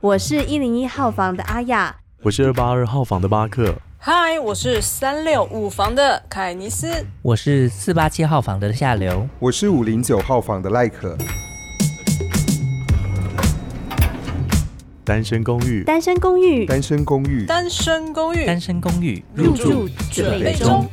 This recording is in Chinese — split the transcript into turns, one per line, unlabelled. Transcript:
我是一零一号房的阿雅，
我是二八二号房的巴克，
嗨，我是三六五房的凯尼斯。
我是四八七号房的下流，
我是五零九号房的赖可，
单身公寓。
单身公寓
单身公寓。
单身公寓
单身公寓
入住准备中。